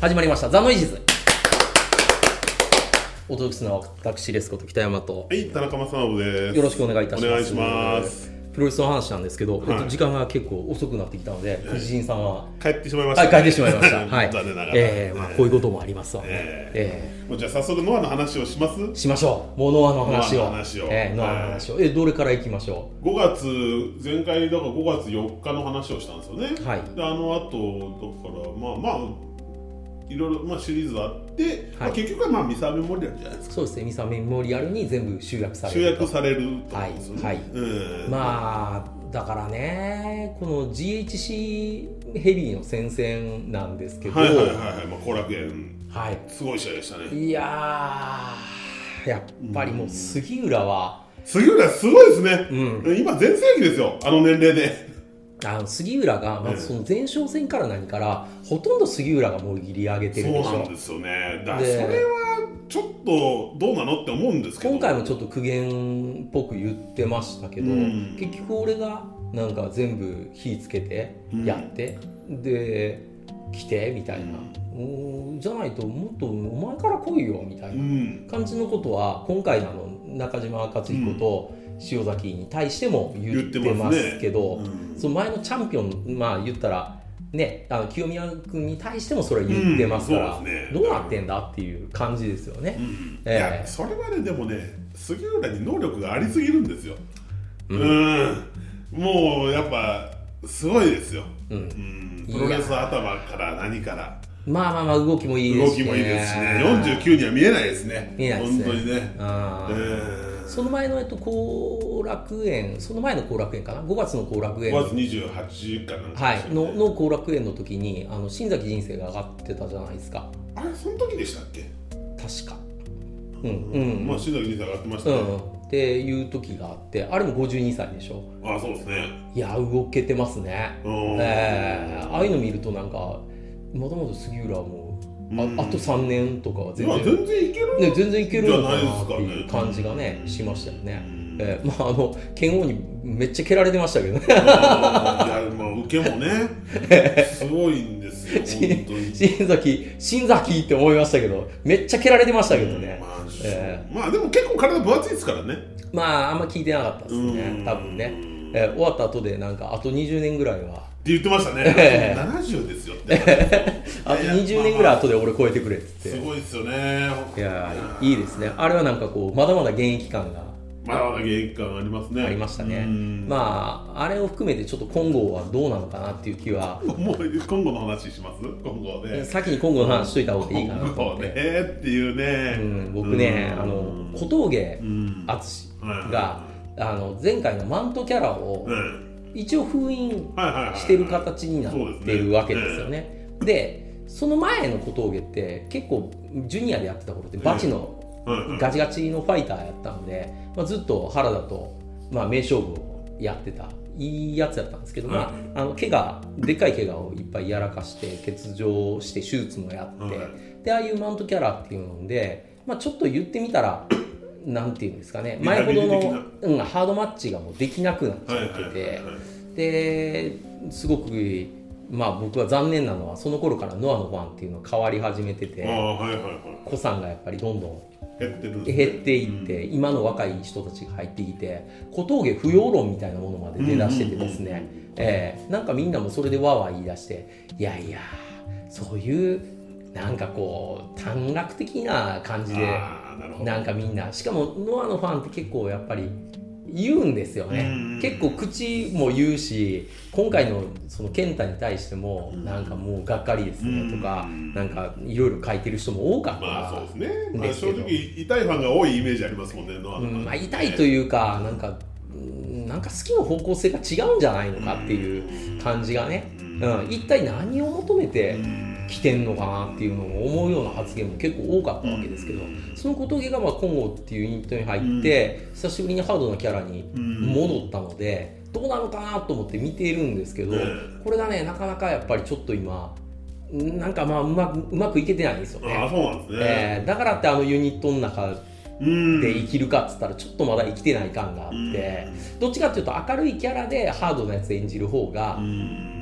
始まりました「ザ・ノイジーズ」お届けするのは私レスコと北山とはい、田中正信です。よろしくお願いいたしますお願いします。プロレスの話なんですけど、はいえっと、時間が結構遅くなってきたので藤井さんは、帰ってしまいました、はい、帰ってしまいま した、はい残念ながら。えーまあ、こういうここともありますわね、ええと。じゃあ早速ノアの話をします。5しましょうもうノアの話をノアの話をえーノアの話をえどれからいきましょ月前回だから5月4日の話をしたんですよね。うはいであの後だからまあまあいろいろまあシリーズあって、まあ、結局はまあミサベモリアルじゃないですか。そうですねミサメモリアルに全部集約され集る約されると思うんですよね。はいはいうん。まあだからねこの GHC ヘビーの戦線なんですけどはいはいはいはい。まあ後楽園はいすごい試合でしたね。いやーやっぱりもう杉浦は、杉浦すごいですね。うん、今全盛期ですよ。あの年齢で。あの杉浦がまずその前哨戦から何からほとんど杉浦がもう切り上げてるそうでしなんょですよねだからそでれはちょっとどうなのって思うんですけど今回もちょっと苦言っぽく言ってましたけど、うん結局俺がなんか全部火つけてうんやって、で来てみたいな、おーじゃないともっとお前から来いよみたいうなん感じのことは今回のあの中島克彦と塩崎に対しても言ってますけど、うんその前のチャンピオンまあ言ったらねあの清宮君に対してもそれは言ってますから、うんそうですどねうなってんだっていう感じですよねう。んええいやそれはねでもね杉浦に能力がありすぎるんですよううんん、もうやっぱすごいですよ、うんうん、プロレス頭から何からまあまあまあ動きもいいで動すし、きね、もいいですしね49には見えないですね見えないですね本当にね、あうーん、その前のえっと後楽園その前の後楽園かな5月の後楽園5月28日かなんかはでしたい、よのねの後楽園の時にあの新崎人生が上がってたじゃないですかあれその時でしたっけ確かうんうまあん新崎に上がってましたうね、んっていう時があってあれも52歳でしょあそうですね。いや動けてますねうんえーああいうの見るとなんかまだまだ杉浦はもうあ,、うんあと3年とかは全いや然、全然いける。ね、全然いけるのかじゃないなっですてかねいう感じがねうんしましたよね、うんえーまああの剣王にめっちゃ蹴られてましたけどねあーいや、まあ、受け もね、すごいんですよ、本当に。新崎新崎って思いましたけどめっちゃ蹴られてましたけどね、まあ、えまあ、でも結構体分厚いですからね。まああんま聞いてなかったですうねん多分ね、っえー終わった後でなんかあと20年ぐらいはて言ってましたえね。え70ですよって。あといや20年ぐらい後で俺超えてくれっつってすごいですよね。いやーいいですねあれはなんかこうまだまだ現役感がまだまだ元気感ありますね。ありましたね、うんまああれを含めてちょっと今後はどうなのかなっていう気はもう今後の話します今後ね。先に今後の話しといた方がいいかなと今思後っねて、っていううね。ん、僕ねうんあの小峠うん淳があの前回のマントキャラをうん一応封印はいはいはいはいしてる形になってるわけですよね。ねでその前の小峠って結構ジュニアでやってた頃ってバチのうんうんガチガチのファイターやったので、まあ、ずっと原田と、まあ、名勝負をやってたいいやつやったんですけど、まあ、あの怪我でっかい怪我をいっぱいやらかして欠場して手術もやって、はでああいうマウントキャラっていうので、まあ、ちょっと言ってみたらなんていうんですかね前ほどリハビリの、うん、ハードマッチがもうできなくなっちはいゃはいってて、はいはいですごく、まあ、僕は残念なのはその頃からノアのファンっていうのは変わり始めてあてあはいはいは子さんがやっぱりどんどんい減ってるんですね減っていって、今の若い人たちが入ってきて小峠不要論みたいなものまで出だしててですね、うんうんうんえーなんかみんなもそれでわーわー言い出していやいやそういうなんかこう短絡的な感じでああなるほどなんかみんなしかもノアのファンって結構やっぱり言うんですよね、うん結構口も言うし今回のその健太に対してもうんなんかもうがっかりですねとか、うんなんかいろいろ書いてる人も多かったから、まあそうですね、まであ、すけ正ど直痛いファンが多いイメージありますもんねノアうのファンんまあ、痛いというか、なんか、うんなんか好きの方向性が違うんじゃないのかっていう感じがね、うんうん、一体何を求めうてん来てんのかなっていうのを思うような発言も結構多かったわけですけど、その小峠がまあ今後っていうユニットに入って、久しぶりにハードなキャラにうん戻ったので、どうなのかなと思って見ているんですけどうん、これがね、なかなかやっぱりちょっと今、なんかまあうまくうまくいけてないんですよああね。そうなんですえね、ーだからってあのユニットの中うんで生きるかっつったらちょっとまだ生きてない感があって、どっちかっていうと明るいキャラでハードなやつ演じる方が、うん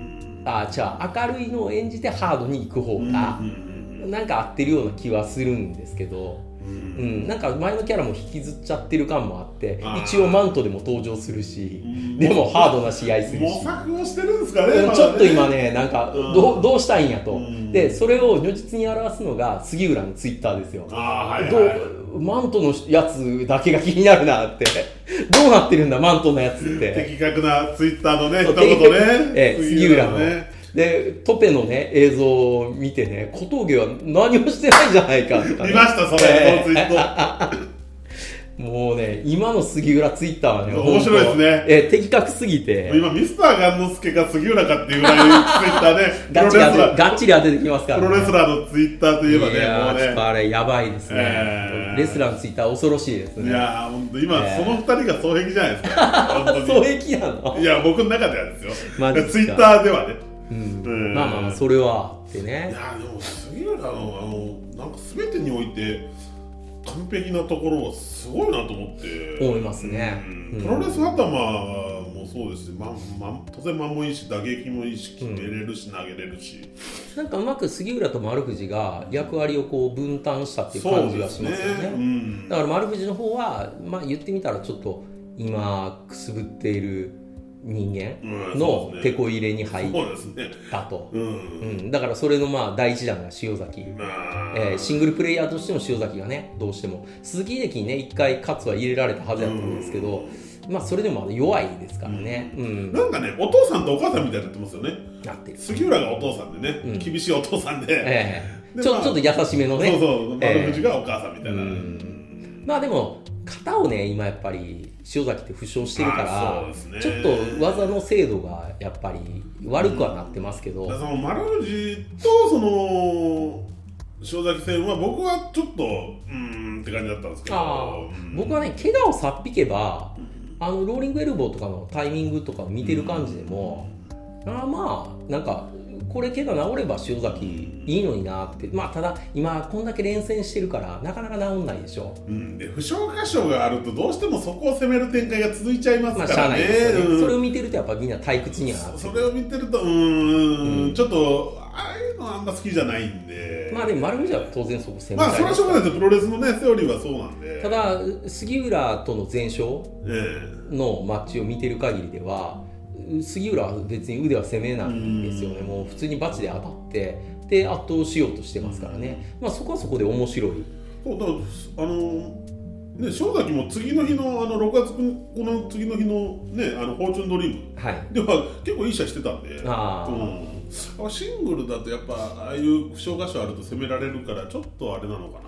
あじゃあ明るいのを演じてハードに行く方うんがう、んなんか合ってるような気はするんですけど、ううんん、なんか前のキャラも引きずっちゃってる感もあってあー一応マントでも登場するしうんでもハードな試合する模し。索をしてるんですかね、うんまだちょっと今ね、なんかうんどうどうしたいんやと、うんでそれを如実に表すのが杉浦のツイッターですよ。あーはいどはい、うマントのやつだけが気になるなって、 どうなってるんだ、マントのやつって。的確なツイッターのねそう一言ね、ええ杉浦のねで、トペのね、映像を見てね、小峠は何もしてないじゃないかとか、ね、見ましたそえれ、えそのツイートもうね、今の杉浦ツイッターはね、そう面白いですね本当えー的確すぎもうて、今ミスターガンノスケか杉浦かっていうぐらいツイッターね プガロレチで当スラてーガチで当ててきますかプら、ロレスラーのツイッターといえばいやーちょねっもとあれ、やばいですね、えーレスラーのツイッター、恐ろしいですうねいね。やー本当今、ええその二人が双璧じゃないですか 本そう当いう気なのにいや僕の中ではですよマジっすかツイッターではねうん、えまあまあまあ、それはあっていねや。ーでも杉浦のあのなんか全てにおいて完璧なところはすごいなと思って思いますねうんうんプロレス頭もそうですし、まま、当然間もいいし打撃もいいし決めれるし、投げれるしなんかうまく杉浦と丸藤が役割をこう分担したっていうそ感うじでがすしねますよね。うんだから丸藤の方は、まあ、言ってみたらちょっと今くすぶっている人間のうんそうですね手こ入れに入っそうですねたと、ううんん、だからそれのまあ第一弾が塩崎、まあ、えーシングルプレイヤーとしても塩崎がねどうしても鈴木秀樹にね一回勝つは入れられたはずだったんですけど、まあそれでもまだ弱いですからね、うんなんかねお父さんとお母さんみたいになってますよねなってる、杉浦がお父さんでね、うん厳しいお父さん で、えーでちょまあちょっと優しめのねそうそうええ丸藤がお母さんみたいな、うんうんまあでも型をね今やっぱり塩崎って負傷してるかあらー、そうでちすょねっと技の精度がやっぱり悪くはなってますけど、だからその丸藤とその塩崎戦は僕はちょっとうーんって感じだったんですけどあーうん僕はね怪我をさっぴけばあのローリングエルボーとかのタイミングとか見てる感じでも、ああまあなんかこれ怪我治れば塩崎いいのになってまあただ今こんだけ連戦してるからなかなか治んないでしょうん、で負傷箇所があるとどうしてもそこを攻める展開が続いちゃいますまあかしゃあらなねいですよね、うんそれを見てるとやっぱみんな退屈にはなってそれを見てるとうーうん、んちょっとああいうのはあんま好きじゃないんでまあでも丸藤は当然そこ攻めまあたいそれですはしょうがないですプロレスのねセオリーはそうなんでただ杉浦との全勝えのマッチを見てる限りでは杉浦は別に腕は攻めないんですよねうんもう普通にバチで当たってで圧倒しようとしてますからね、まあ、そこはそこで面白いえそうだからあのね塩崎も次の日のあの6月この次の日のねあのフォーチュンドリームはいでは結構いい試合してたんで、あーうん、シングルだとやっぱああいう負傷箇所あると攻められるからちょっとあれなのか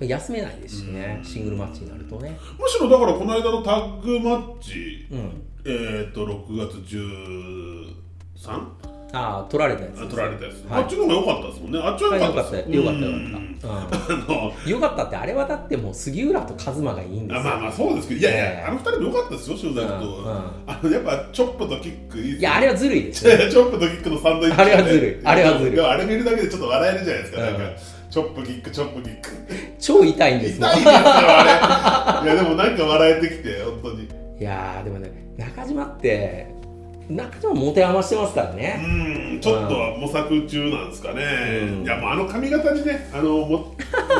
な休めないですしねシングルマッチになるとねむしろだからこの間のタッグマッチ、うんえっ、と6月 13? ああ取られたやつ取られたやつ、はいあっちの方が良かったですもんねあっちはあ良よかかっったたでよすよかったよかった、うんあのうん、よかったってあれはだってもう杉浦と一馬がいいんですあよ、まあまあそうですけどいやいや、ええあの二人も良かったですよ塩崎と、うんうんあのやっぱチョップとキックいいですいやあれはずるいですチねョップとキックのサンドイッチ、あれはずるいあれはずるいでもあれ見るだけでちょっと笑えるじゃないですか、うんなんかチョップキックチョップキック超痛いん痛でいですすよもんあれいやでもなんか笑えてきて本当にいやーでもね中島って中島持て余してますからうね、んちょっとは模索中なんですかね、うんいやもうあの髪型にねあのも模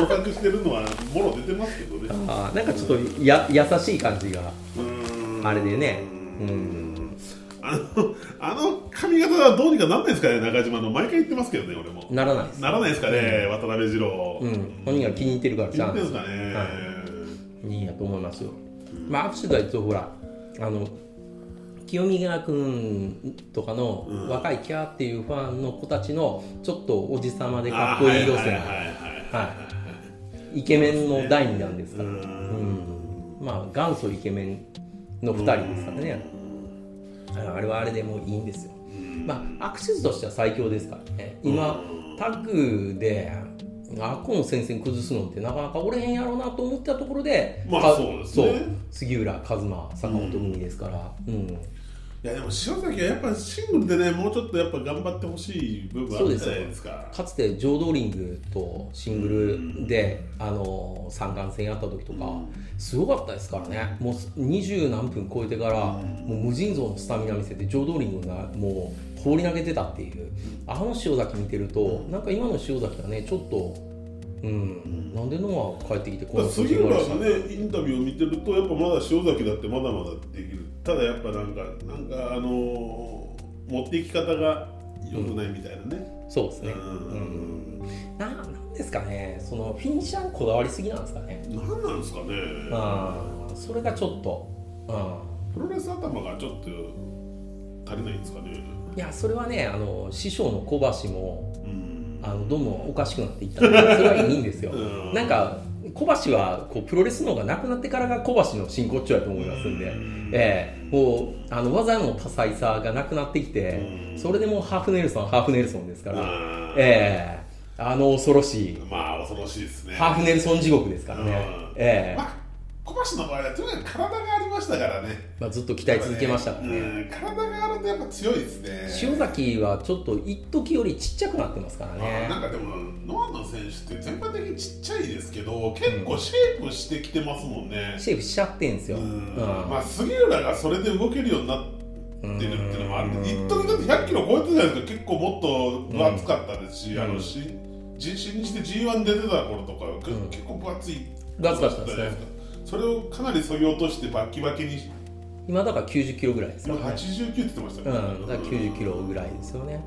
索してるのはもろ出てますけどねあーなんかちょっとや優しい感じがうんあれでねうんうんあのあの髪型はどうにかなんないですかね中島の毎回言ってますけどね俺もならないですならないですかね、渡辺二郎うん本人が気に入ってるからち言ゃっんてとんですかね、はいいいんやと思いますよまあアクシデントは一応ほらあの清見川君とかのうん若いキャーっていうファンの子たちのちょっとおじさまでかっこいい路線あーはいはいはいはいはいイケメンの第二弾ですから、うんまあ元祖イケメンの2人ですからねあれはあれでもういいんですよまあアクシズとしては最強ですからね今タッグであっこの戦線崩すのってなかなかおれへんやろうなと思ってたところで、まあかそうですそねう杉浦一馬坂本組ですから、うんいやでも塩崎はやっぱシングルでねもうちょっとやっぱ頑張ってほしい部分あそうるでじすゃないよですかかつてジョードーリングとシングルで、あの三冠戦やった時とか、すごかったですからねもう二十何分超えてから、もう無尽蔵のスタミナ見せてジョードーリングがもう放り投げてたっていうあの塩崎見てるとなんか今の塩崎はねちょっとうんなんでノア帰ってきてこだからんな杉浦悪のねインタビューを見てるとやっぱまだ塩崎だってまだまだできるただやっぱなんかなんかあのー持っていき方が良くないみたいなね、そうですねううんんななんですかねそのフィニッシャーにこだわりすぎなんですかねなんなんですかねあーそれがちょっとあプロレス頭がちょっと足りないんですかねーいやそれはねあの師匠の小橋もうんあのどんどんおかしくなっていったのでそれはいいんですようなんか小橋はこうプロレスのがなくなってからが小橋の真骨頂やと思いますんで、うんええもうあの技の多彩さがなくなってきて、うんそれでもうハーフネルソンハーフネルソンですから、あえーえあの恐ろしいまあ恐ろしいですねハーフネルソン地獄ですからね、うんええまあ小橋の場合はとにかく体がありましたからねまあ、ずっと期待続けましたからね、うん体があるとやっぱ強いですね塩崎はちょっと一時よりちっちゃくなってますからねあなんかでもノアの選手って全般的にちっちゃいですけど結構シェイプしてきてますもんね、シェイプしちゃってんですうよ、んうんまあ、杉浦がそれで動けるようになってるっていうのもあるけど一時だって100キロ超えてたじゃないですか結構もっと分厚かったですし、うんあのし人身にして G1 出てた頃とか、くうん結構分厚いガツガツなんですじゃないねですかそれをかなり削ぎ落としてバッキバキに今だから90キロぐらいですか今らね89って言ってましたうよねん、だから90キロぐらいですよね。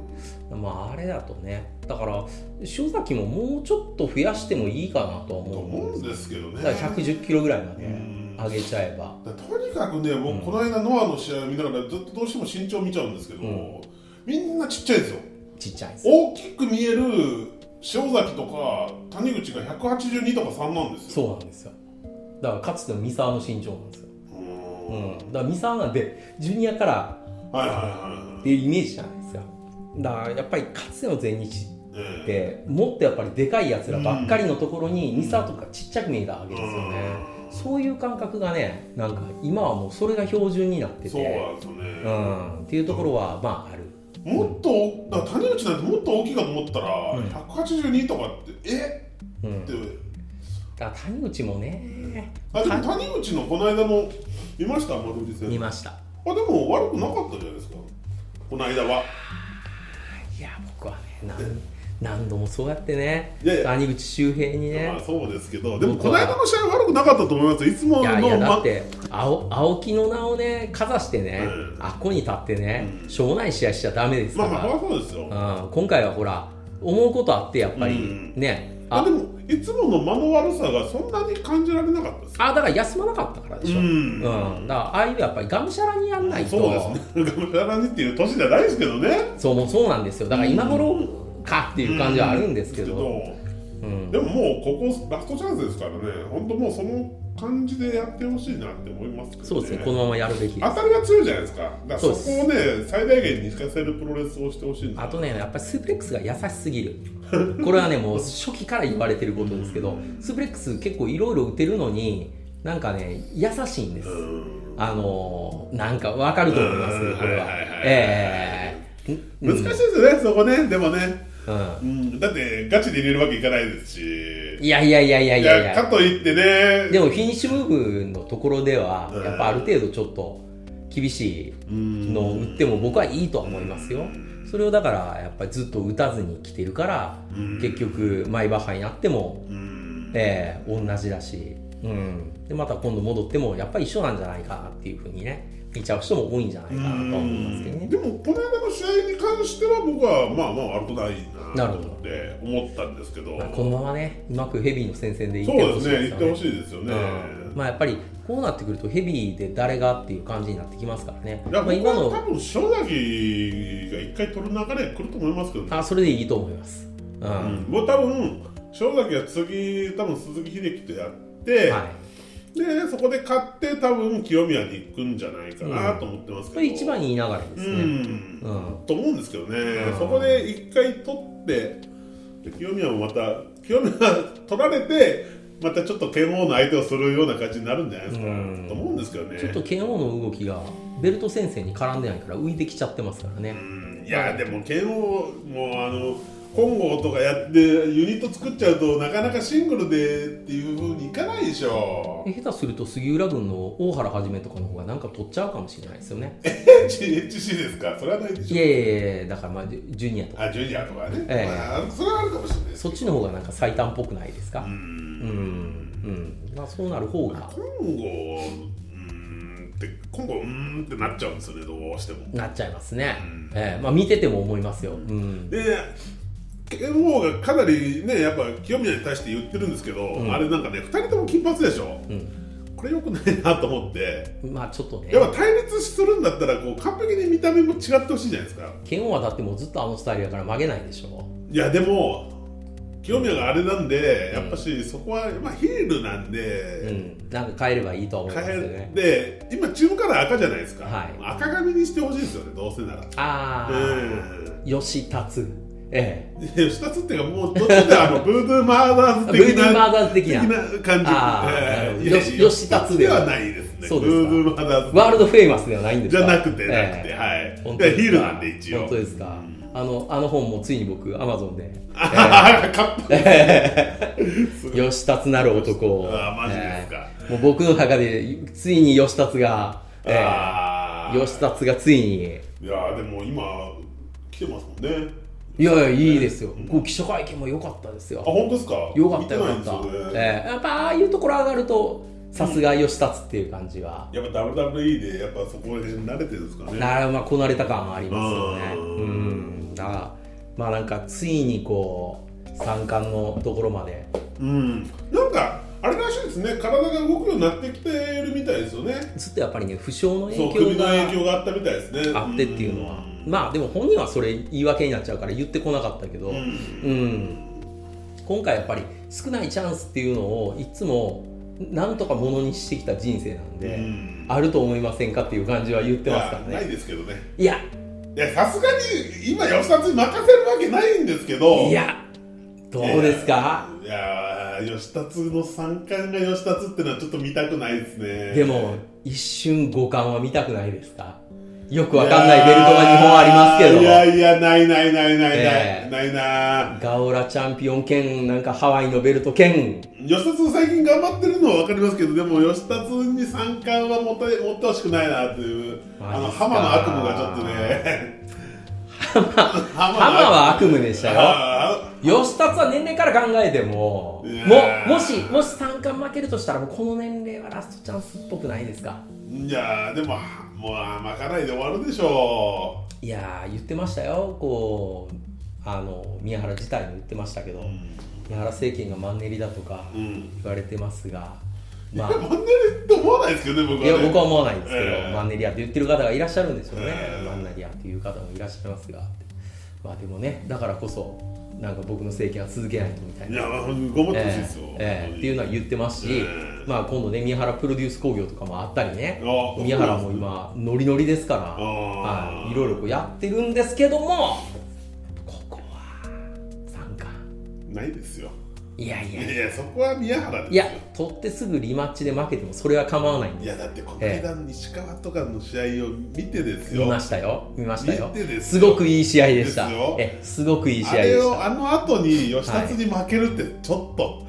まああれだとね、だから塩崎ももうちょっと増やしてもいいかなとはと思思うんうですんですけどねだから110キロぐらいまでうん上げちゃえば。だからとにかくね、僕、うんこの間、ノアの試合を見ながら、ずっとどうしても身長見ちゃうんですけど、うんみんなちっちゃいですよ、ちっちゃいです。大きく見える塩崎とか、谷口が182とか3なんですそよ。うなんですよ。だからかつての三沢の身長なんですよ。うーうんん、だから三沢なんでジュニアからはいはいはいはっいていうイメージじゃないですか。だからやっぱりかつての全日っええてもっとやっぱりでかいやつらばっかりのところに三沢とかちっちゃく見えたわけですよね。そういう感覚がね、なんか今はもうそれが標準になってて。そうなんですようね、ん、っていうところはまあある、もっとだから谷口なんてもっと大きいかと思ったら、うん182とかってえうん、っだてから谷口もねあでも谷口のこの間の見ました丸藤見戦ましたあでも悪くなかったじゃないですかこの間はいや僕はね何何度もそうやってねいやいや谷口周平にまあねそうですけど、でも僕このは間の試合悪くなかったと思いますよいつものいやいやまだって青青木の名をねかざしてね、うんあっこに立ってね、うんしょうもない試合しちゃダメですまかあまあ、ら、そりゃそうですよ。うん、今回はほら思うことあってやっぱり、うんねああでも、いつもの間の悪さがそんなに感じられなかったですよ。あだから休まなかったからでしょ、うんうんだからああいうやっぱりがむしゃらにやんないとそうですね。がむしゃらにっていう年じゃないですけどね。そうもうそうなんですよだから今頃かっていう感じはあるんですけど、うんでももうここラストチャンスですからね、本当もうその感じでやってほしいなって思いますけどね。そうですねこのままやるべきです当たりが強いじゃないですか。だからそそこうをですね、最大限に生かせるプロレスをしてほしいんですよあとねやっぱりスープレックスが優しすぎる これはねもう初期から言われてることですけどスープレックス結構いろいろ打てるのになんかね優しいんですうんあのーなんかわかると思いますうんこれははいはいはいええ難しいですよね、そこね。でもね。うんうん、だってガチで入れるわけいかないですしいやいやいやいやいいやいややかといってねでもフィニッシュムーブのところではうんやっぱある程度ちょっと厳しいのを打っても僕はいいとは思いますよそれをだからやっぱりずっと打たずに来てるからうん結局マイバッハになっても、うんええ同じだし、うん、でまた今度戻ってもやっぱり一緒なんじゃないかなっていうふうにね見ちゃう人も多いんじゃないかなとは思いますけどねでもこの間の試合に関しては僕はまあまあ悪くないななるほとど思って思ったんですけどまあこのままねうまくヘビーの戦線でいってそうほでしすいねですよ言ってねほしいですよね、うんまあやっぱりこうなってくるとヘビーで誰がっていう感じになってきますからねいまやあ、僕今はの多分塩崎が一回取る流れ来ると思いますけどね、あそれでいいと思います。うんうはん、もう多分塩崎は次多分鈴木秀樹とやって、い、でそこで勝って多分清宮に行くんじゃないかなと思ってますけこど、れ一番いい流れでうすね。んうん、と思うんですけどね、んそこで一回取ってで清宮もまた清宮取られてまたちょっと剣王の相手をするような感じになるんじゃないですか、うんと思うんですけどねちょっと剣王の動きがベルト先生に絡んでないから浮いてきちゃってますからねう。んいやでも剣王もあの本郷とかやってユニット作っちゃうとなかなかシングルでっていうふうにいかないでしょで下手すると杉浦軍の大原はじめとかの方がなんか取っちゃうかもしれないですよね HC ですかそれはないでいしょやいやいやだからまあジュジュニアとかあジュニアとかね、ええまあ、それはあるかもしれないですそっちの方がなんか最短っぽくないですかううんんうんまあそうなる方が本郷うーんって今後うーんってなっちゃうんですよねどうしてもなっちゃいますねうん、ええまあ見てても思いますよ、うん、で剣王がかなりねやっぱ清宮に対して言ってるんですけど、んあれなんかね2人とも金髪でしょうん、これよくないなと思ってまあちょっとねやっぱ対立するんだったらこう完璧に見た目も違ってほしいじゃないですか剣王はだってもうずっとあのスタイルやから曲げないでしょいやでも清宮があれなんでやっぱしそこは、まあ、ヒールなんうで、んなんか変えればいいとは思いま変すよえねで今注目から赤じゃないですか、はい赤髪にしてほしいですよねどうせならああ、吉達えうん吉田つっていうかもうどっちであのブードゥーマーダえーズブー的ディーなマーダーズ的な感じ。あーええなるほどよしいや吉田つでは吉田ないですね。そうですかブーブーマダーズワールドフェイマスではないんですじかゃなくて、ええなくて、はい。本い当でやすかヒールなんで一応。本当ですか、あのあの本もついに僕アマゾンであははカップ。 「吉達なる男を」あマジですかええもう僕の中でついに吉達が、ええあー吉達がついにいやでも今来てますもんね。いやいやいいですよ、こう記者会見も良かったですよあ本当ですか。よかったよか見ってたないんですよ、ね。ええやっぱああいうところ上がるとさすが吉達っていう感じは、やっぱ WWE でやっぱそこら辺慣れてるんですかね。ならまあこなれた感ありますよねううんんだからまあなんかついにこう三冠のところまでうん。なんかあれらしいですね。体が動くようになってきてるみたいですよね。ずっとやっぱりね負傷のそう影首響の影が響があったみたいですね。あってっていうのはんまあでも本人はそれ言い訳になっちゃうから言ってこなかったけど、うんうん、今回やっぱり少ないチャンスっていうのをいつもなんとかものにしてきた人生なんで、うんあると思いませんかっていう感じは言ってますからいやないねですけどねいやいやさすがに今吉田に任せるわけないんですけどいやどうですか、いやー吉田の三冠が吉田ってのはちょっと見たくないですねでも一瞬五冠は見たくないですかよくわかんないベルトが2本ありますけどいやいやないないないないない、ええないなーガオラチャンピオン兼なんかハワイのベルト兼吉田最近頑張ってるのは分かりますけどでも吉田に三冠は持た持ってほしくないなっていうマあジっのすか浜の悪夢がちょっと ね 浜ハマは悪夢でしたよあー吉達は年齢から考えてもいやもーもしもし三冠負けるとしたらもうこの年齢はラストチャンスっぽくないですかいやーでももう甘かないで終わるでしょいやー言ってましたよこうあの宮原自体も言ってましたけど、う。うん。宮原政権がマンネリだとかうん。言われてますが、ままあ、あマンネリって思わないですけどね僕は、いね。や僕は思わないんですけど、ええマンネリアって言ってる方がいらっしゃるんですよね、ええマンネリアっていう方もいらっしゃいますがまあでもねだからこそなんか僕の政権は続けないとみたいいなや、まあ、頑張ってほしいえですよ。えええっていうのは言ってますし、ええまあ今度ね宮原プロデュース工業とかもあったりねあ宮原も今ノリノリですから、はい、いろいろこうやってるんですけどもここは三冠ないですよ。いやいいやいややいや、そこは宮原ですよ。いや取ってすぐリマッチで負けてもそれは構わないんいでやだってこの間の西川とかの試合を見てですよ。見ましたよ見ましたよ見てですすよごくいい試合でしたですよえすごくいいあ試合でれしたをあの後に吉達に負けるってちょっと、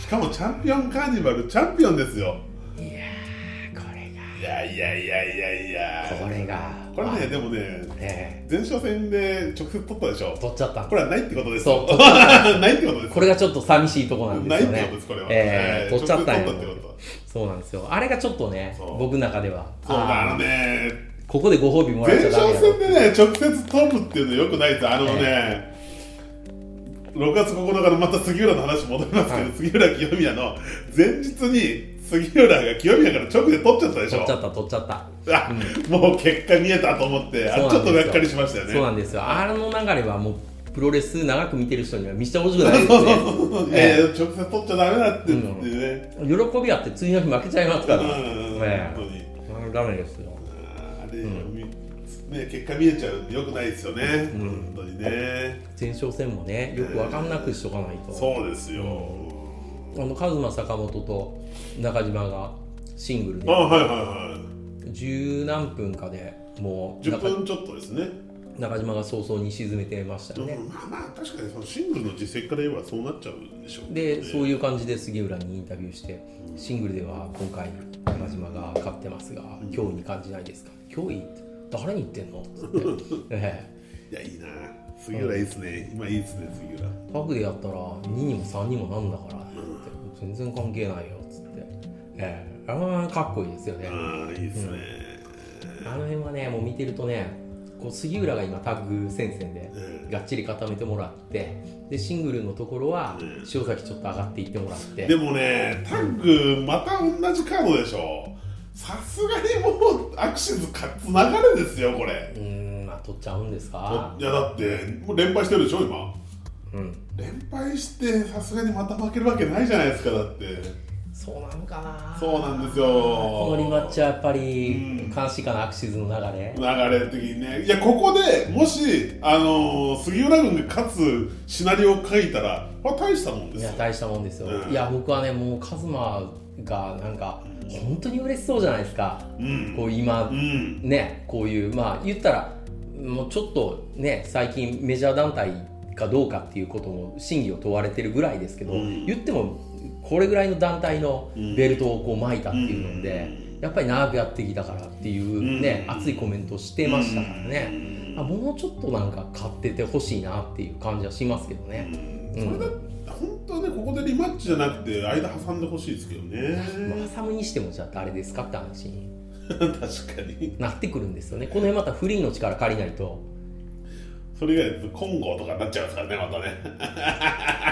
しかもチャンピオンカーニバルチャンピオンですよいやーこれいやいやいやいやいがこやれがこれねまでもねあね前哨戦で直接取ったでしょ取っちゃったんですこれはないってことですそよう ないってことですこれがちょっと寂しいとこなんなでいすよってこねとですこれは、ええはい取っちゃったんや直接取ったってことそうなんですよあれがちょっとねそう僕の中ではそうだああのーねここでご褒美もら前っちゃダメや哨戦ろでね直接取るっていうのよくないですあのね、6月9日のまた杉浦の話戻りますけど、はい杉浦清宮の前日に杉浦が清宮から直で取っちゃったでし取ょっちゃった取っちゃったあもう結果見えたと思ってあそうれなんですよちょっとがっかりしましたよねそうなんですよあの流れはもうプロレス長く見てる人には見せてほしくないですねいやえいや直接取っちゃダメだって言ってね、え喜びあって次の日負けちゃいますからうんえ本当にえダメですよあれ、みね、結果見えちゃうんでよくないですよね、本当にね前哨戦もねよく分かんなくしとかないと、そうですよ、あのカズマ坂本と中島がシングルあではいはいはい十何分かでもう10中分ちょっとですね中島が早々に沈めてましたよね、まあまあ確かにそのシングルの実績から言えばそうなっちゃうんでしょうでそういういう感じで杉浦にインタビューしてシングルでは今回中島が勝ってますが脅威に感じないですか脅威って誰に言ってんのつって、えいやいいな杉浦いいですね今いいですね杉浦え、タグでやったら2にも3にもなんだからって全然関係ないよつって、ええ、ああかっこいいですよねああいいですねあの辺はねもう見てるとねこう杉浦が今タッグ戦線でうんがっちり固めてもらってでシングルのところはうん塩崎ちょっと上がっていってもらってでもねタッグまた同じカードでしょさすがにもうアクシズかつながれですよこれうーんまあ取っちゃうんですかいやだってもう連敗してるでしょ今うん連敗してさすがにまた負けるわけないじゃないですかだってそうなんかなそうなんですよこのリマッチはやっぱりうん監視下のアクシズの流れ流れ的にねいやここでもし、あのー杉浦軍が勝つシナリオを書いたらこれ大したもんでいすやよ大したもんですよ、うんいや僕はねもうカズマがなんか本当に嬉しそうじゃないですかうんこう今うんねこういうまあ言ったらもうちょっとね最近メジャー団体かどうかっていうことも真偽を問われてるぐらいですけど、うん言ってもこれぐらいの団体のベルトをこう巻いたっていうので、やっぱり長くやってきたからっていうね、うん熱いコメントしてましたからね、あもうちょっとなんか買っててほしいなっていう感じはしますけどね、それだ本当はねここでリマッチじゃなくて間挟んでほしいですけどねまあ、サムにしてもじゃあ誰ですかって話に確かになってくるんですよねこの辺またフリーの力借りないとそれ以外だとコンゴとかになっちゃいますからねまたね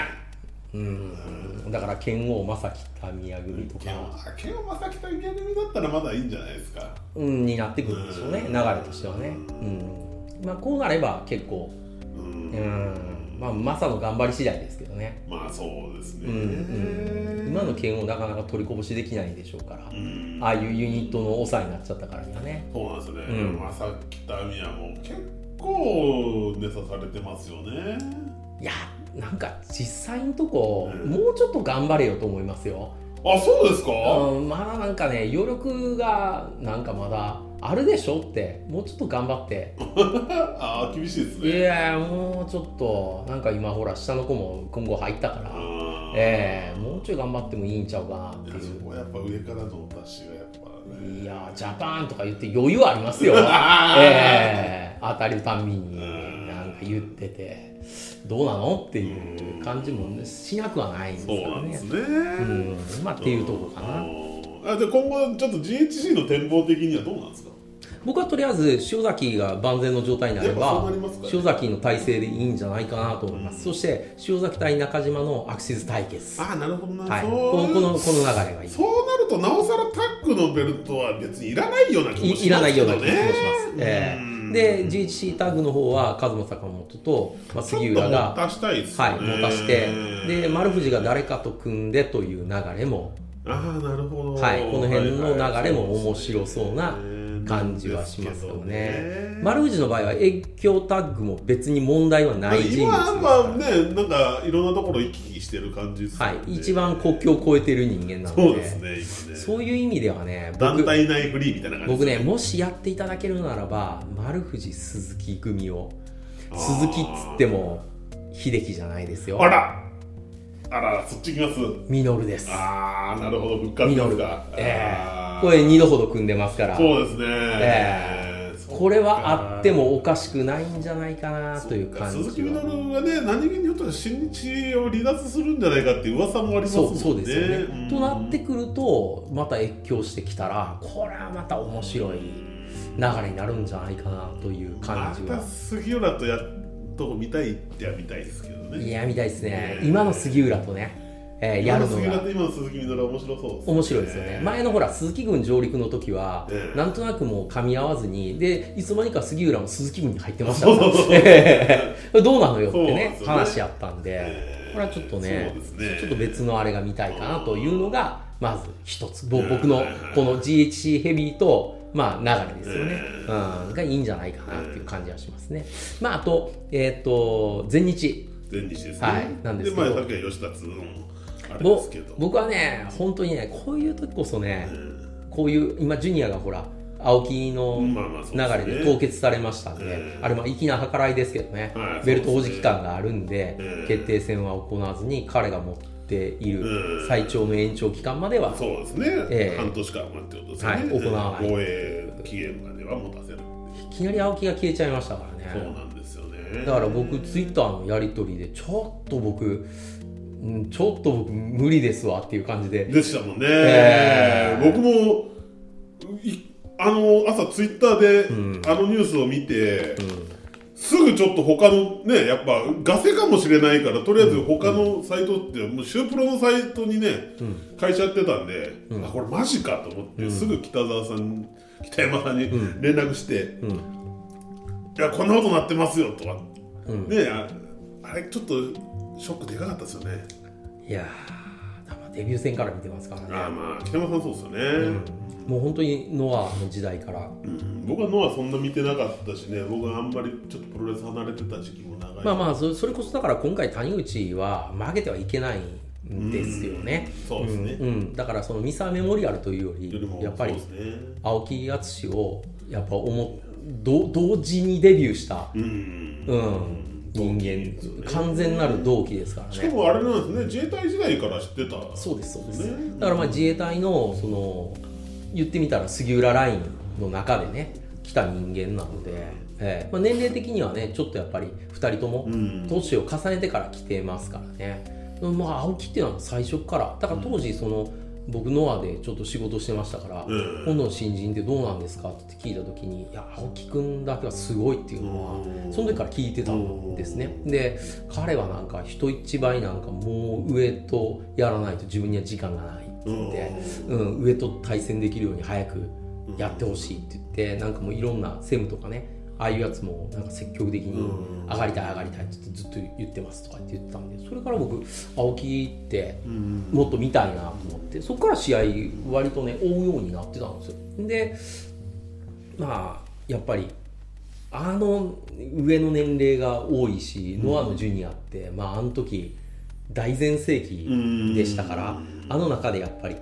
うんだから剣王正樹神谷組とケンか、ケンマサキと池上だったらまだいいんじゃないですかうん、になってくるんでしょうね流れとしてはね、うんまあ、こうなれば結構ううんんまあマサの頑張り次第ですけどねまあそうですね、うんうん今の剣王なかなか取りこぼしできないでしょうから、うんああいうユニットの長になっちゃったからにはねそうなんですよね、うんまさきたみやも結構値刺されてますよねいやなんか実際のとこ、うんもうちょっと頑張れよと思いますよ、あそうですか、うん、まだなんかね余力がなんかまだあるでしょってもうちょっと頑張ってあ厳しいですいねやもうちょっとなんか今ほら下の子も今後入ったから、あーええもうちょい頑張ってもいいんちゃうかなっていやいそこはやっぱ上からの出しがやっぱねういやジャパンとか言って余裕あり ますよあーええ当たるたんびにうんなんか言っててどうなのっていう感じもしなくはないんですそうかならんでねすね、うんまあっていうとこかな、なあじゃあ今後ちょっと GHC の展望的にはどうなんですか僕はとりあえず塩崎が万全の状態になれやっぱそうばなりますかね塩崎の体制でいいんじゃないかなと思います、そして塩崎対中島のアクシズ対決、ああなるほどな、はい、こそうのこのこの流れがいいそうなるとなおさらタックのベルトは別にいらないような気もしますいけいどらねないような気もします、ええうんで GHC タッグの方は和馬坂本と、まあ、杉浦ちょっとが持たしたいですよはいね、持たしてで丸藤が誰かと組んでという流れもああなるほどはいこの辺の流れも面白そうな感じはしますよね丸藤の場合は越境タッグも別に問題はなはいいはい人今物ですはねなんかいろんなところ行き来してる感じですよはねい、一番国境を越えてる人間なそのうでですね今ねそういう意味ではね団僕体内フリーみたいな感じ僕ですねもしやっていただけるならば丸藤鈴木組をあー鈴木っつっても秀樹じゃないですよあらあらそっち行きますミノルですああなるほど復活ですかえあえーこれ2度ほど組んでますからそうですね、えそうこれはあってもおかしくないんじゃないかなという感じは鈴木みのるはね何気によっては新日を離脱するんじゃないかっていう噂もありますそもんうねそうですよね、うんとなってくるとまた越境してきたらこれはまた面白い流れになるんじゃないかなという感じまはた杉浦とやっとこ見たいっては見たいですけどねいやみたいですね、えー今の杉浦とね、えーやるの今の杉浦がと今の鈴木みのるは面白そうです、面白いですよね、前のほら鈴木軍上陸の時は、えーなんとなくもう噛み合わずにでいつの間にか杉浦も鈴木軍に入ってましたかそらうそうそう えーどうなのよってそうなんねですよね話やったんで、えーこれはちょっとねそうですねちょっと別のあれが見たいかなというのがまず一つぼうん僕のこの GHC ヘビーとまあ流れですよね、うん、がいいんじゃないかなっていう感じはしますねまああとえっ、と全日前日ですねはいなんですけでどまあさっきは吉田通のあれでぼすけど僕はね本当にねこういう時こそねうんこういう今ジュニアがほらあ青木のまあまあそうですね流れで凍結されましたんで、ええあれまあ粋な計らいですけどね、はいベルト保持期間があるんで、ええ決定戦は行わずに彼が持っていえるえ最長の延長期間までは、そうですね、ええ半年間はってことですね、はい行わない防衛期限までは持たせる、いきなり青木が消えちゃいましたからそうねなんですよねだから僕ツイッターのやり取りでちょっと僕、うん、ちょっと僕無理ですわっていう感じででしたもんね、ええ僕もいあの朝ツイッターで、うんあのニュースを見て、うんすぐちょっと他のねやっぱガセかもしれないからとりあえず他のサイトって、もうシュープロのサイトにね、うん会社やってたんで、うんあこれマジかと思って、うんすぐ北沢さん北山さんにうん連絡して、うんいやこんなことなってますよとかうんねああれちょっとショックでかかったですよねいやー多分デビュー戦から見てますからねああまあ北山さんそうですよね、もう本当にノアの時代から、うん僕はノアそんな見てなかったしね僕はあんまりちょっとプロレス離れてた時期も長いまあまあそそれこそだから今回谷口は負けてはいけないんですよね。うんそうですね、うんうんだからそのミサメモリアルというよよりもりやっぱりそうですね青木淳をやっぱ思ど同時にデビューした、うんうん、人ですよね間完全なる同期ですからしかね。もあれなんですね自衛隊時代から知ってたそうですそうですねだからまあ自衛隊のその言ってみたら杉浦ラインの中でね来た人間なので、ええまあ、年齢的にはねちょっとやっぱり2人ともうん年を重ねてから来てますからね、まあ青木っていうのは最初からだから当時その、僕ノアでちょっと仕事してましたから、うん今度の新人ってどうなんですかって聞いた時にいや青木くんだけはすごいっていうのは、うんその時から聞いてたんですねで彼はなんか人一倍なんかもう上とやらないと自分には時間がないって言って、うん、上と対戦できるように早くやってほしいって言って、なんかもういろんなセムとかねああいうやつもなんか積極的にうん上がりたい上がりたいってずっと言ってますとかって言ってたんでそれから僕青木ってうんもっと見たいなと思ってそこから試合割とね追うようになってたんですよでまあやっぱりあの上の年齢が多いし、ノアのジュニアってまああの時大全盛期でしたから、うんあの中でやっぱりく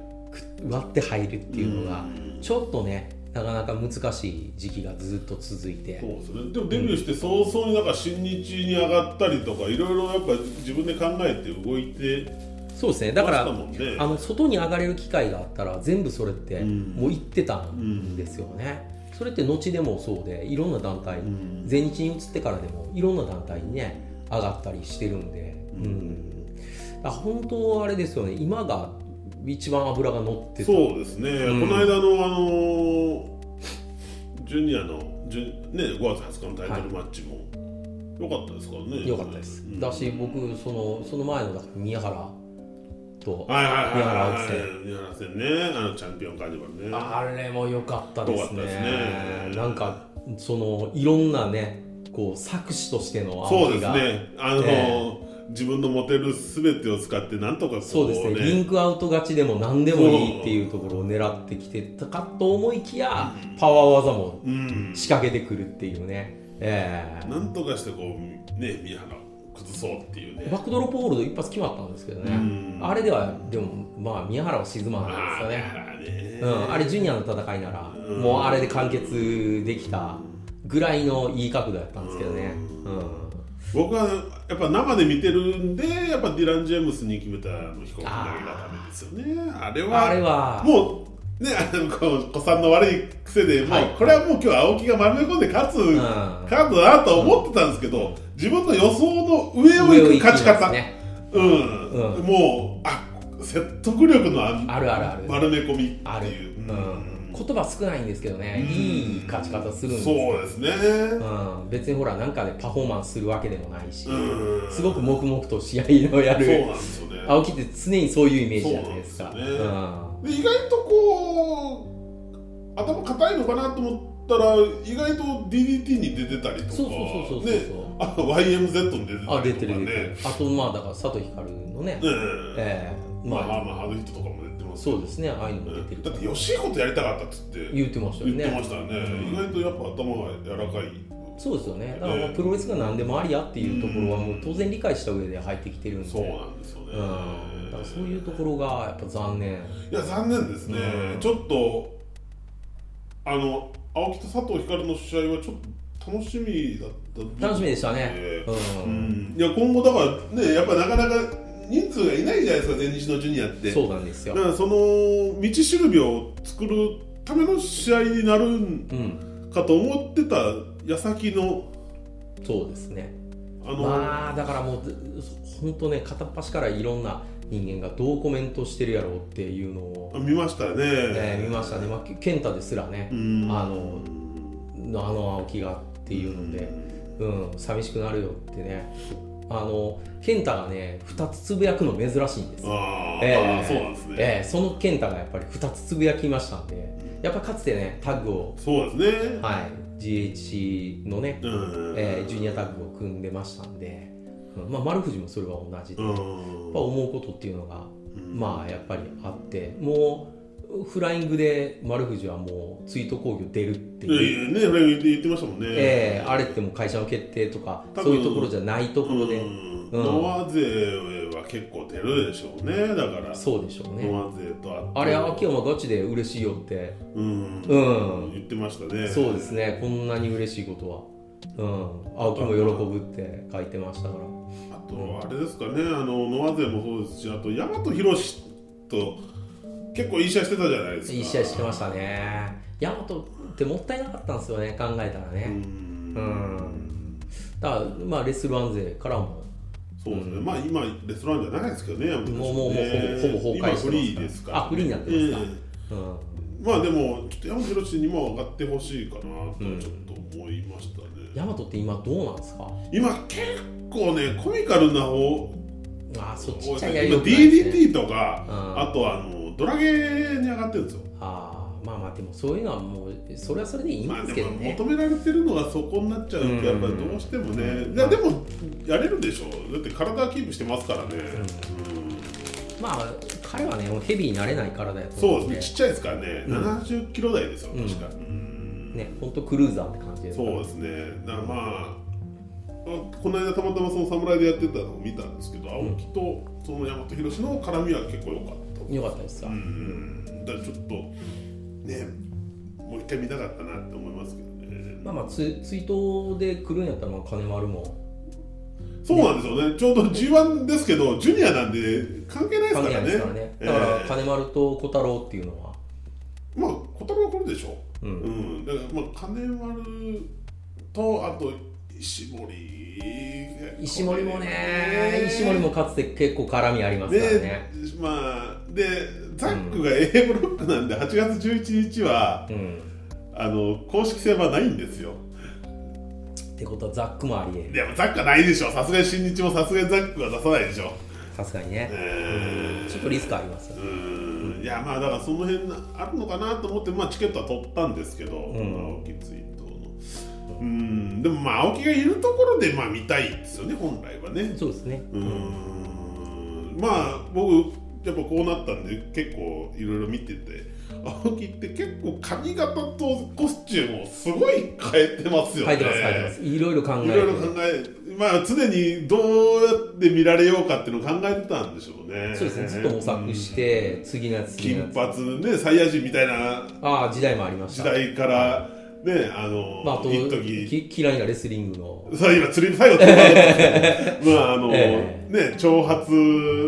割って入るっていうのがうんちょっとねなかなか難しい時期がずっと続いてそうですねでもデビューして早々になんか新日に上がったりとかいろいろやっぱ自分で考えて動いてそうですねだからましたもんねあの外に上がれる機会があったら全部それってうんもう行ってたんですよね、それって後でもそうでいろんな団体、ん全日に移ってからでもいろんな団体にね上がったりしてるんで、うんあ本当あれですよね今が一番脂が乗ってたそうですね、うんこの間のあのージュニアのジュ、ね、5月20日のタイトルマッチも、良かったですからね良かったです、うんだし僕そのその前のだから宮原とはいはいはい宮原はい青木戦宮原戦ねあのチャンピオンカーニバルねあれも良かったですね良かったですねなんかそのいろんなねこう作詞としてのそ青うで木すがねあのーえ自分の持てるすべてを使ってなんとかこう、ね、そうですねリンクアウト勝ちでも何でもいいっていうところを狙ってきてたかと思いきやパワー技もうん仕掛けてくるっていうね、ええなんとかしてこうね宮原を崩そうっていうねバックドロップホールド一発決まったんですけどね、うんあれではでもまあ宮原は沈まなかったですよね、あーねうん、あれジュニアの戦いなら、うんもうあれで完結できたぐらいのいい角度やったんですけどね、うん、僕はやっぱ生で見てるんでやっぱディラン・ジェームスに決めたあの飛行機投げがダメですよねあれはあれはもうねあのこう子さんの悪い癖で、もうはいこれはもう今日青木が丸め込んで勝つ、うんカードだなと思ってたんですけど、自分の予想の上を行く勝ち上を行きま方、すねうん、うんもうあ説得力のあるあるあるある丸め込みっていうある、うんうん、言葉少ないんですけどね、いい勝ち方するんですそうよですね、うん、別にほらなんかでパフォーマンスするわけでもないし、うんすごく黙々と試合をやそうなんるですよね青木って常にそういうイメージじゃないですかそうなんですよで意外とこう頭硬いのかなと思ったら意外と DDT に出てたりとかそうそうそうそうそうねあうん、YMZ に出てたりとか、ね、あ出てる出てる、あとまあだから佐藤ひかるのね、ねえええままああ、まあまあハードヒットとかも出てますそけどうですねああいうのも出てねるだって吉いことやりたかったっつって言ってましたよ言ってまねしたよね意外とやっぱ頭が柔らかいそうですよねだからまあプロレスが何でもありやっていうところはもう当然理解した上で入ってきてるんでそうなんですようね、ん、だからそういうところがやっぱ残念いや残念ですね、うんちょっとあの青木と佐藤光の試合はちょっと楽しみだった楽しみでしたね、えううんんいや今後だからねやっぱなかなか人数がいないじゃないですか全日のジュニアってそうなんですよだ、からその道しるべを作るための試合になるうんん、かと思ってた矢先のそうですねあの、まあだからもう本当ね片っ端からいろんな人間がどうコメントしてるやろうっていうのを、見ましたねね見ましたね、まあ、け健太ですらねう、んあのあの青木がっていうので、うん寂しくなるよってねあの健太がね2つつぶやくの珍しいんですよあー、ええあーそうなんですね、ええその健太がやっぱり2つつぶやきましたんでやっぱかつてねタッグを、そうですね、はい、GHC のね、うんええジュニアタッグを組んでましたんで、うんまあ、丸藤もそれは同じで、やっうんぱ思うことっていうのがうんまあやっぱりあってもうフライングで丸藤はもうツイート工業出るっていやいういやね、フライング言ってましたもんね。ええあれってもう会社の決定とか多そ分ういうところじゃないところで、うんうんノア勢は結構出るでしょうね、だから、そうでしょうねノア勢とあとあれ秋山ガチで嬉しいよってうん、うん言ってましたね。そうですねこんなに嬉しいことはうん青木も喜ぶって書いてましたからあと、あれですかね、あのノア勢もそうですし、あと、大和宏と結構いい試合してたじゃないですか。いい試合してましたねヤマトってもったいなかったんですよね考えたらうねんうんだからまあレスルワン勢からもそうですね、まあ今、レストランじゃないですけどね、ももうもうもうほぼほぼ崩壊してますから今、フリーですから、あフリーになってますかええうんまあでも、ちょっと山広氏にも上がってほしいかなとうんちょっと思いましたね。ヤマトって今どうなんですか今結構ね、コミカルな方、ああそっち今っちゃいやりよくないですね DDT とか、うんあとあのドラゲーに上がってるんですよ。ああまあまあでもそういうのはもうそれはそれでいいまあんですでけどもね、求められてるのがそこになっちゃうとうんやっぱりどうしてもね、いやでもやれるでしょだって体はキープしてますからね、まあ、彼はねもうヘビーになれない体やうんとそ思ううでんですねちっちゃいですからね、うん70キロ台ですようん確か、うんね本当クルーザーって感じですからそうですねだからまああこの間たまたまその侍でやってたのを見たんですけど青木とその大和宏の絡みは結構良かったよかったですか、うんだからちょっとねもう一回見たかったなって思いますけどねまあまあツツイートで来るんやったらまあ金丸もそうなんですよね、ちょうど G1 ですけど、ジュニアなんで関係ないです関か係ならいね、ですからね、えだからえ金丸と小太郎っていうのは、まあ、小太郎はこれでしょ、ううんん、だから、まあ、金丸と、あと石森、石森もね石森もかつて結構絡みありますからねで、まあ、で、ザックが A ブロックなんで、8月11日は、うんあの公式戦はないんですよ。ってことはザックもありえるでもザックはないでしょ、さすがに新日もさすがにザックは出さないでしょ。さすがにね、えーちょっとリスクありますようーんいやまあだからその辺あるのかなと思って、まあ、チケットは取ったんですけど、ん青木ツイートのうーんでもまあ青木がいるところでまあ見たいですよね本来はねそうですねうーんまあ僕やっぱこうなったんで結構いろいろ見てて青木って結構髪型とコスチュームをすごい変えてますよ書ねいてます書いてますいろいろ考えいてろいろ考えまあ常にどうやって見られようかっていうのを考えてたんでしょうねそうですねずっと模索して次のやつ次のや金つ髪ねサイヤ人みたいなああ時代もありまし時た代からねあの、まあ、あと一時き嫌いなレスリングのさあ今釣り最後釣り まああの、えね長髪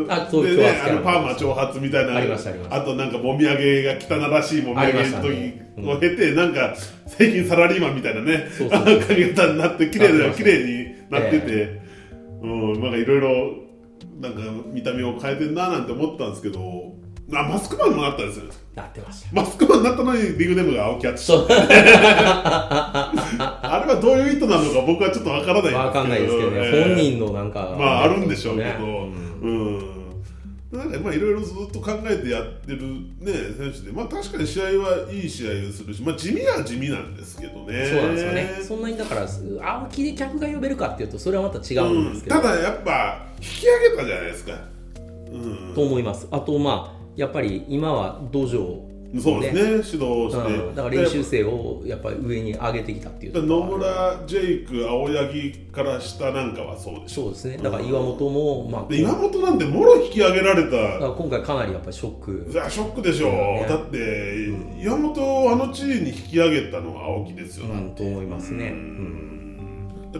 あそうでね長髪あのパーマ長髪みたいなありましたありましたあとなんかもみあげが汚らしいもみあありまげしのた時ねを経て、なんか最近サラリーマンみたいなねそうそうそう髪型になって綺麗なってまだし綺たね麗になってて、うんなんかいろいろなんか見た目を変えてんななんて思ったんですけどあマスクマンもなったんですよなってましたマスクマンになったのにリグネームが青木敦そうあれはどういう意図なのか僕はちょっとわからないわかんないですけどね、ええ本人のなんかまああるんでしょうけど、うんうん、なんかまあいろいろずっと考えてやってる、ね、選手で、まあ、確かに試合はいい試合をするし、まあ、地味は地味なんですけどね。そうなんですよね、そんなにだから青木で客が呼べるかっていうとそれはまた違ううんんですけど、ただやっぱ引き上げたじゃないですか。うんと思いますあとまあやっぱり今は道場そうですね指導して、うんだから練習生をやっぱり上に上げてきたっていうでとこ野ろがある村ジェイク青柳から下なんかはそうでしょそうですねだから岩本も、まあ、で岩本なんてもろ引き上げらだれたから今回かなりやっぱりショックいやショックでしょう、ねだって、岩本をあの地位に引き上げたのは青木ですよ、うだっんと思いますね、うて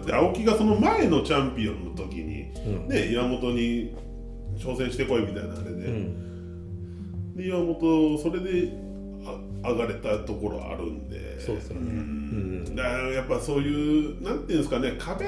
んだって青木がその前のチャンピオンの時に、うんね、岩本に挑戦してこいみたいなあれで,、うんで岩本それであ上がれたところあるんでそうですよねんうんだからやっぱそういうなんていうんですかね壁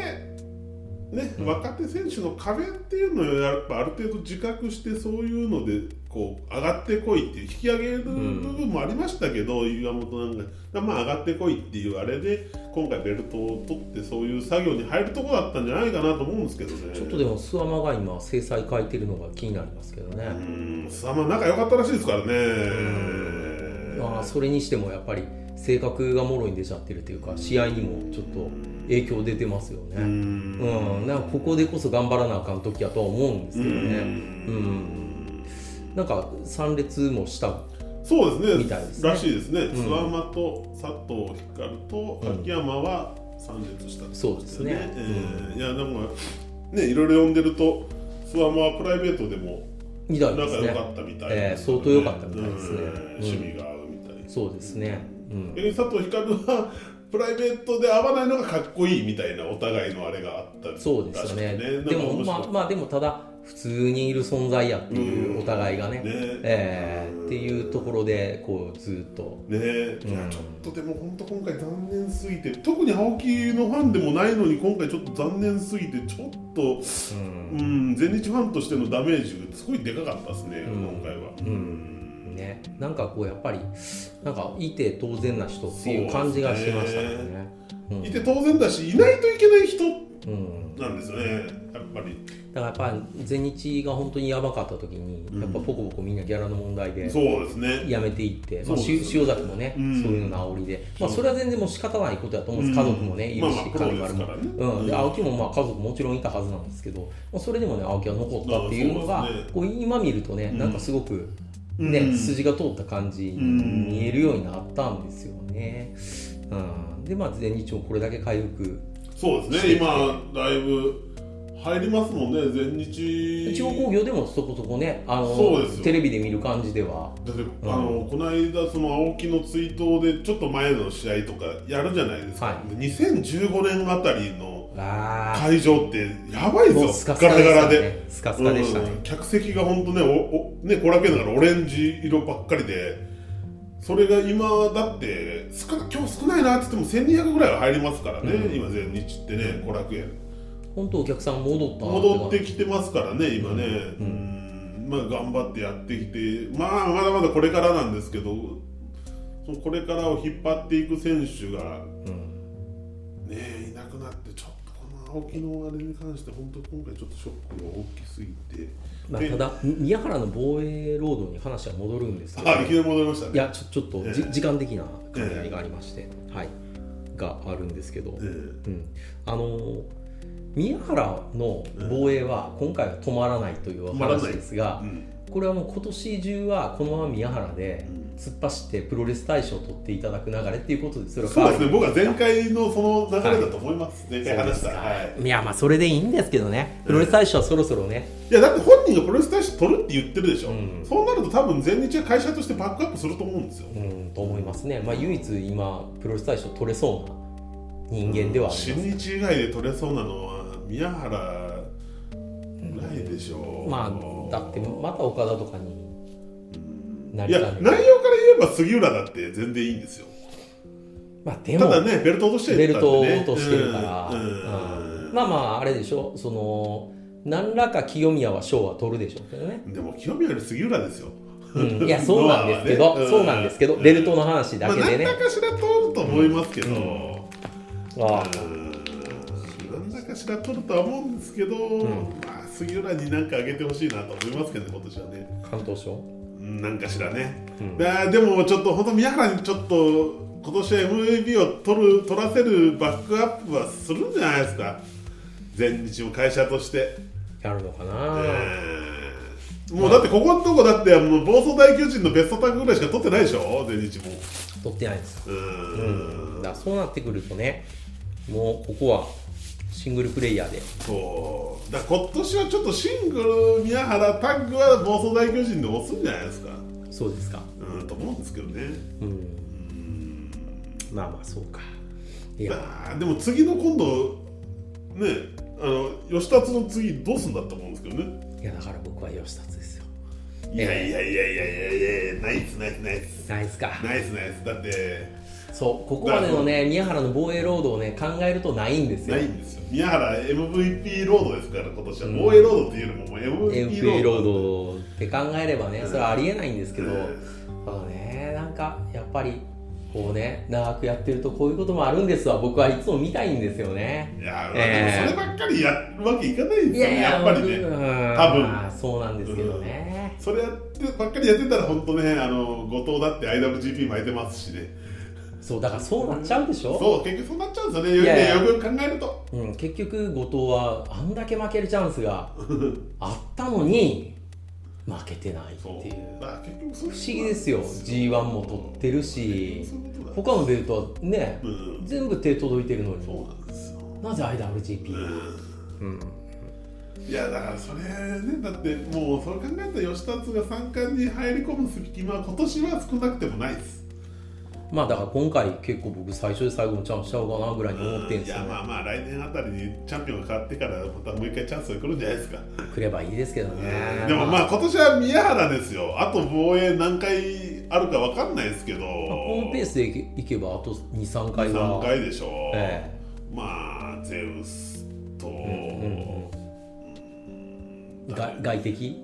ね、若手選手の壁っていうのをやっぱある程度自覚してそういうのでこう上がってこいっていう引き上げる部分もありましたけど、岩本なんかがまあ上がってこいっていうあれで今回ベルトを取ってそういう作業に入るとこだったんじゃないかなと思うんですけどねちょっとでも諏訪間が今制裁変えてるのが気になりますけどね、うんさま仲良かったらしいですからねまあそれにしてもやっぱり性格がもろに出ちゃってるというか試合にもちょっと影響出てますようねんうん、なんかここでこそ頑張らなあかん時やとは思うんですけどねうんなんか参列もしたそうですねみたいですねらしいですねん諏訪間と佐藤光とうん秋山は参列したんそうですねえーいやでもねいろいろ読んでると諏訪間はプライベートでもみたい仲です良かねったみたいえでえすね相当良かったみたいですねううんん趣味が合うみたいですそうですね、うん、逆に佐藤光はプライベートで合わないのがかっこいいみたいなお互いのあれがあったらしくそうですよねなんかでも面ま白かっあたまあでもただ普通にいる存在やっていううんお互いがね、ねええっていうところでこうずっとねえ、いやうんちょっとでも本当今回残念すぎて特に青木のファンでもないのに今回ちょっと残念すぎてちょっとうん、うん全日ファンとしてのダメージがすごいでかかったですね、うん今回は、うんね、なんかこうやっぱりなんかいて当然な人っていう感じがしましたよね。うんいて当然だしいないといけない人うん、なんですよねやっぱりだからやっぱり全日が本当にやばかった時に、やっぱポコポコみんなギャラの問題でそうですねやめていって、まあ、そうしでゅす塩崎もね、うんそういうのの煽りで、まあ、それは全然もう仕方ないことだと思うんです、うん家族もねいまるあし、まあプロ彼ですからも、ねうん、でうん青木もまあ家族もちろんいたはずなんですけど、まあ、それでもね青木は残ったっていうのまがあそうですねこう今見るとねなんかすごく、うんねうん筋が通った感じに見えるようになったんですよね。うん、でまあ全日もこれだけ回復そうですね今だいぶ入りますもんね全日地方工業でもそこそこねあそうのですよテレビで見る感じでは。だってあのこの間その青木の追悼でちょっと前の試合とかやるじゃないですか、は2015年あたりのあー会場ってやばいもうですスよカスガカでラしガたラで。ね。スカスカでしたね。うん客席が本当ねおおねこらけながらオレンジ色ばっかりでそれが今だって少な今日少ないなって言っても1200ぐらいは入りますからね、うん今全日ってね後楽園本当お客さん戻ったな戻って感きてますからね、今ね、うんまあ、頑張ってやってきて、まあ、まだまだこれからなんですけど、そのこれからを引っ張っていく選手が、じ、うんね、いなくなって、ちょっとこの青木のあれに関して、本当、今回ちょっとショックが大きすぎて、まあ、でただみ宮原の防衛労働に話は戻るんですけど、あいきなり戻りましたね。いやちょちょっとじ、ええ時間的な兼ね合いがありまして、はいがあるんですけど、えうん、あのー宮原の防衛は今回は止まらないという止まらない話ですがえう、んこれはもう今年中はこのまま宮原でうん突っ走ってプロレス大賞を取っていただく流れっていうことでそれはそうですね、変わ僕は前回のその流れだと思います、前回話した、はいるいやまあそれでいいんですけどねプロレス大賞はそろそろね、いやだって本人がプロレス大使取るって言ってるでしょ、うんそうなると、多分全日は会社としてバックアップすると思うんですよ。うん、と思いますね、まあ、唯一今プロレス大賞取れそうな人間ではあります、新日以外で取れそうなのは宮原ぐらいでしょう、まあだってまた岡田とかになりいやか内容ねからない言えば杉浦だって全然いいんですよまあでたもだねベルト落としてベルトをね落としてるから、うんうんまあまああれでしょその何らか清宮は賞は取るでしょうけどね、うんでも清宮より杉浦ですようん、い やそうなんですけど、まあねうんそうなんですけど、ベルトの話だまあけで何ね、らかしら取ると思いますけど、ああうん何らかしら取るとは思うんですけど、まあ、杉浦に何かあげてほしいなと思いますけどね今年はね関東賞うんなんかしらね、うんだでもちょっと本当宮原にちょっと今年は MVP を取る取らせるバックアップはするんじゃないですか全日も会社として、やるのかな、えーもうだってここのとこだってもう暴走大巨人のベストタッグぐらいしか取ってないでしょ全日も取ってないんですよううーんんだからそうなってくるとねもうここはシングルプレイヤーでそうだから今年はちょっとシングル宮原タッグは暴走大巨人で押すんじゃないですかそうですかうんと思うんですけどねうんうんまあまあそうかいやあーでも次の今度ねあの吉達の次どうすんだと思うんですけどねいやだから僕は吉達ですよいやいやいやいやいやいやいやナイスナイスナイスないですかナイスナイスだってそうここまでのね宮原の防衛ロードをね考えるとないんですよないんですよ宮原 MVP ロードですから今年は、防衛ロードっていうよりももう MVP ロ MP ーロドードって考えればねそれはありえないんですけど、うんただねなんかやっぱりこうね長くやってるとこういうこともあるんですわ僕はいつも見たいんですよねいやー、えーでもそればっかりやるわけいかないんですよねやっぱりね、うん多分まあそうなんですけどね、それやってばっかりやってたら本当ねあの後藤だって IWGP 巻いてますしねそうだからそうなっちゃうでしょ、そう結局そうなっちゃうんですよねいやいやよくよく考えるとうん、結局後藤はあんだけ負けるチャンスがあったのに負けてないってそういうまあ結局そう不思議ですよ G1 も取ってるしそういうことだ他のベルトはねうん全部手届いてるのそうになんですよなぜ IWGP うんいやだからそれねだってもうそれ考えたら吉達が三冠に入り込む隙間は今年は少なくてもないですまあだから今回結構僕最初で最後のチャンスしちゃおうかなぐらいに思ってんいすよやまあまあ来年あたりにチャンピオンが変わってからまたもう一回チャンスが来るんじゃないですかくればいいですけどねでもまあ今年は宮原ですよあと防衛何回あるか分かんないですけどまあこのペースでいけいけばあと23回は3回でしょ、えまあゼウスと、えが外敵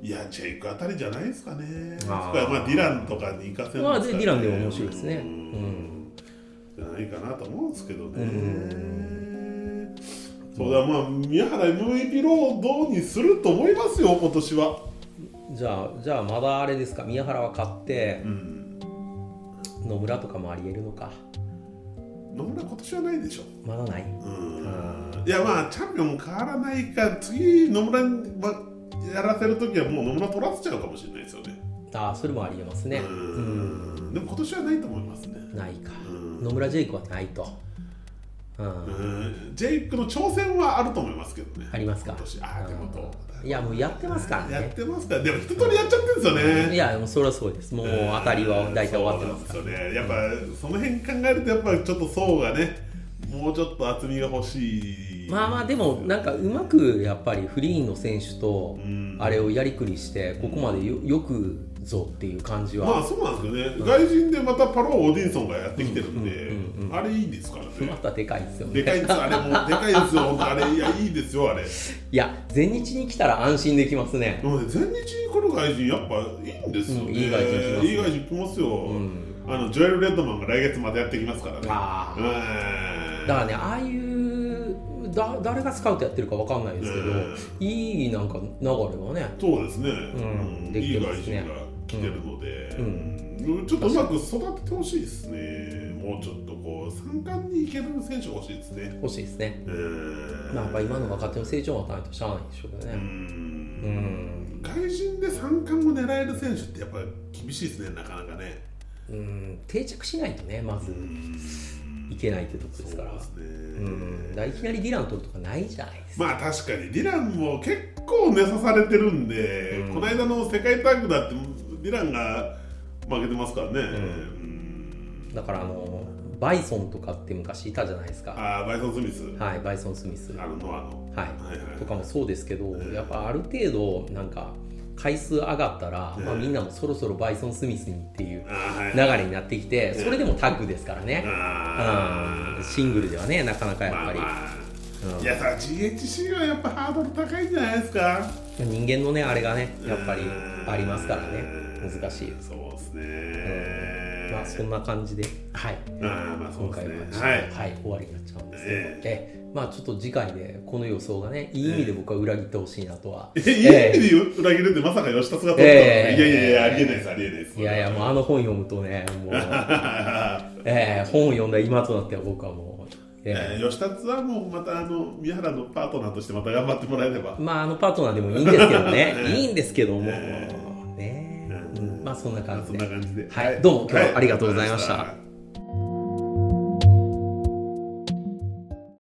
いやジェイクあたりじゃないですかねそこあーはまあディランとかに行かせるまあでディランでもも面白いですねうんじゃないかなと思うんですけどね、そうだまあ宮原 MVP ロードにすると思いますよ今年は、じゃあじゃあまだあれですか宮原は勝ってうん、野村とかもありえるのか野村今年はないでしょまだないうんいやまあチャンピオン変わらないか次野村に、まあ、やらせる時はもう野村取らせちゃうかもしれないですよねああそれもありえますねうーんでも今年はないと思いますねないかうん野村ジェイクはないとううんーんジェイクの挑戦はあると思いますけどねありますか今年ああでもどうだいやもうやってますからやっねてますからでも一通りやっちゃってるんですよいねやもうそれはそうですもう当たりは大体終わってますかそうなんですよねやっぱその辺考えるとやっぱちょっと層がねもうちょっと厚みが欲しいらまあまあでもなんかうまくやっぱりフリーの選手とんあれをやりくりしてここまでよよくぞっていう感じまあはそうなんですよね、外人でまたパロー・オディンソンがやってきてるんで、うんうんうんあれいいですからまねたでかいですよねでかいんですあれもうでかいですよ本当あれいやいいですよあれでいや全日に来たら安心できますねもね全日に来る外人やっぱいいんですようね、んいい外人来ますねいい外人来ますよ、んあのジョエル・レッドマンが来月またやってきますからねあーうんだからねああいうだ誰がスカウトやってるかわかんないですけど、うんいいなんか流れはねそうですね、んうんでいきていま外す人ねが来てるので、うんうんちょっとうまく育ててほしいですねもうちょっとこう三冠にいける選手が欲しいですね欲しいですね、うんまあ、やっぱ今の若手の成長がないとしゃあないでしょうけどうねうんん外人で三冠を狙える選手ってやっぱ厳しいですねなかなかねうん定着しないとねまずいけないってとこですからそうですね、うんだからいきなりディラン取るとかないじゃないですか、まあ確かにディランも結構寝さされてるんで、うんこの間の世界タッグだってディランが負けてますからね、うんだからあのバイソンとかって昔いたじゃないですかああバイソン・スミス、はいバイソン・スミスあはのノアのはいはいいとかもそうですけどやっぱある程度なんか回数上がったら、まあ、みんなもそろそろバイソン・スミスにっていうああはい流れになってきてそれでもタッグですからね、あうんシングルではねなかなかやっまぱあり、まあうんいやさ GHC はやっぱハードル高いんじゃないですか人間のねあれがねやっぱりうんありますからね難しいです、そうですうんまあそね、んな感じではいああまあそう今です回はちょっとねはいはい、終わりになっちゃうんですけど、えええまあちょっと次回でこの予想がねいい意味で僕は裏切ってほしいなとは、え いい意味で裏切るってまさか吉田が取ったのか、ええいやいやいやありえないですありえないですいやいやもうあ の本読むとねもう、ええ本を読んだ今となっては僕はもう、え えー吉達はもうまたあの宮原のパートナーとしてまた頑張ってもらえれば、まああのパートナーでもいいんですけどね ええいいんですけども、えねえうんまあそんな感じそんなで感じではいどうも今日はありがとうございましたは